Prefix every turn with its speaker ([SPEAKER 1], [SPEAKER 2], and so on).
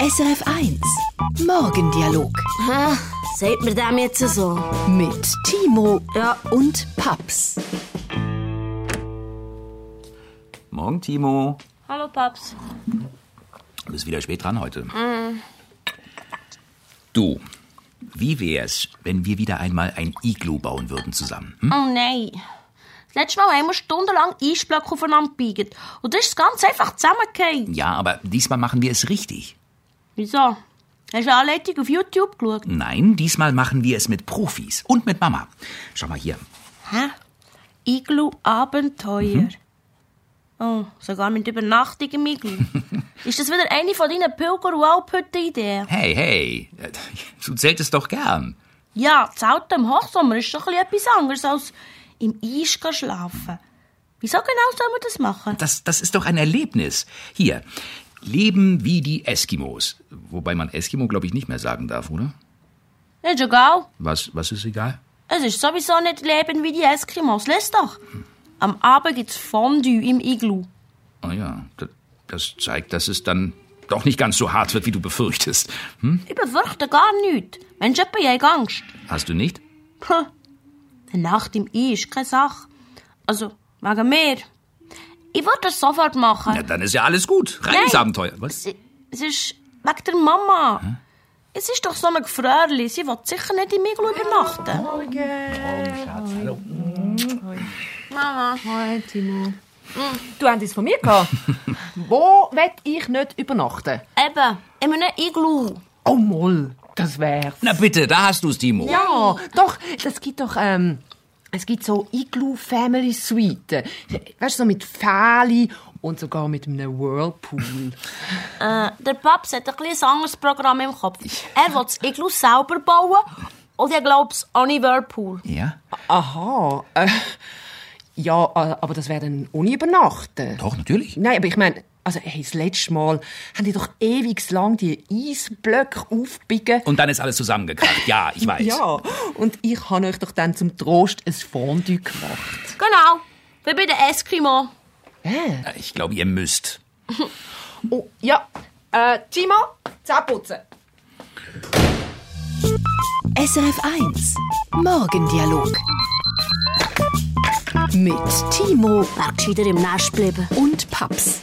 [SPEAKER 1] SRF 1 Morgendialog
[SPEAKER 2] Ah, sagt mir dem jetzt so?
[SPEAKER 1] mit Timo
[SPEAKER 2] Ja.
[SPEAKER 1] und Paps.
[SPEAKER 3] Morgen, Timo.
[SPEAKER 2] Hallo, Paps.
[SPEAKER 3] Du bist wieder spät dran heute. Du, wie wär's, wenn wir wieder einmal ein Iglu bauen würden zusammen? Hm?
[SPEAKER 2] Oh nein. Das letzte Mal haben wir stundenlang Eisblöcke aufeinander gebiegt. Und das ist ganz einfach zusammengefallen.
[SPEAKER 3] Ja, aber diesmal machen wir es richtig.
[SPEAKER 2] Wieso? Hast du eine Anleitung auf YouTube geschaut?
[SPEAKER 3] Nein, diesmal machen wir es mit Profis und mit Mama. Schau mal hier.
[SPEAKER 2] Hä? Iglu-Abenteuer. Oh, sogar mit Übernachtung im Iglu. ist das wieder eine von deinen Pilger-Walpütte-Ideen?
[SPEAKER 3] Hey, hey, du zähltest doch gern.
[SPEAKER 2] Ja, Zelten im Hochsommer ist doch ein bisschen etwas anderes als im Eis gehen schlafen. Wieso genau sollen wir das machen?
[SPEAKER 3] Das, das ist doch ein Erlebnis. Hier, leben wie die Eskimos. Wobei man Eskimo, glaube ich, nicht mehr sagen darf, oder?
[SPEAKER 2] Ist egal.
[SPEAKER 3] Was, was ist egal?
[SPEAKER 2] Es ist sowieso nicht Leben wie die Eskimos. Lass doch. Am Abend gibt's Fondue im Iglu.
[SPEAKER 3] Ah ja, das, das zeigt, dass es dann doch nicht ganz so hart wird, wie du befürchtest. Hm?
[SPEAKER 2] Ich befürchte gar nichts. Mensch, jemand hat Angst.
[SPEAKER 3] Hast du nicht?
[SPEAKER 2] Puh. Eine Nacht im Eis ist keine Sache. Also, wegen mir. Ich würde das sofort machen.
[SPEAKER 3] Ja, dann ist ja alles gut. Rein ins Abenteuer. Was?
[SPEAKER 2] Sie- Es ist wegen der Mama. Es ist doch so ein Gefrörli. Sie will sicher nicht im Iglu übernachten.
[SPEAKER 4] Hi, Timo. Du hast es von mir gehabt. Wo will ich nicht übernachten?
[SPEAKER 2] Eben, in einem Iglu.
[SPEAKER 4] Oh, Moll, das wär's.
[SPEAKER 3] Na bitte, da hast du's, Timo.
[SPEAKER 4] Ja, doch, das gibt doch, ähm, es gibt so Iglu Family Suiten. Weißt du, so mit Fähli und sogar mit einem Whirlpool.
[SPEAKER 2] Äh, der Paps hat ein bisschen anderes Programm im Kopf. Er will das Iglu selber bauen und er glaubt es ohne Whirlpool.
[SPEAKER 3] Ja?
[SPEAKER 4] Aha. Äh, ja, äh, aber das wäre dann ohne Übernachten.
[SPEAKER 3] Doch, natürlich.
[SPEAKER 4] Nein, aber ich meine, also, hey, das letzte Mal haben die doch ewig lang die Eisblöcke aufgebiegen.
[SPEAKER 3] Und dann ist alles zusammengekracht. Ja, ich weiß.
[SPEAKER 4] Ja, und ich habe euch doch dann zum Trost ein Fondue gemacht.
[SPEAKER 2] Genau, wie bei den Eskimo.
[SPEAKER 4] Hä?
[SPEAKER 3] Ich glaube, ihr müsst.
[SPEAKER 4] Oh, ja. Äh, Timo, Zähneputzen.
[SPEAKER 1] SRF 1 Morgendialog mit Timo
[SPEAKER 2] Wärst du wieder im Nest bleiben.
[SPEAKER 1] und Paps.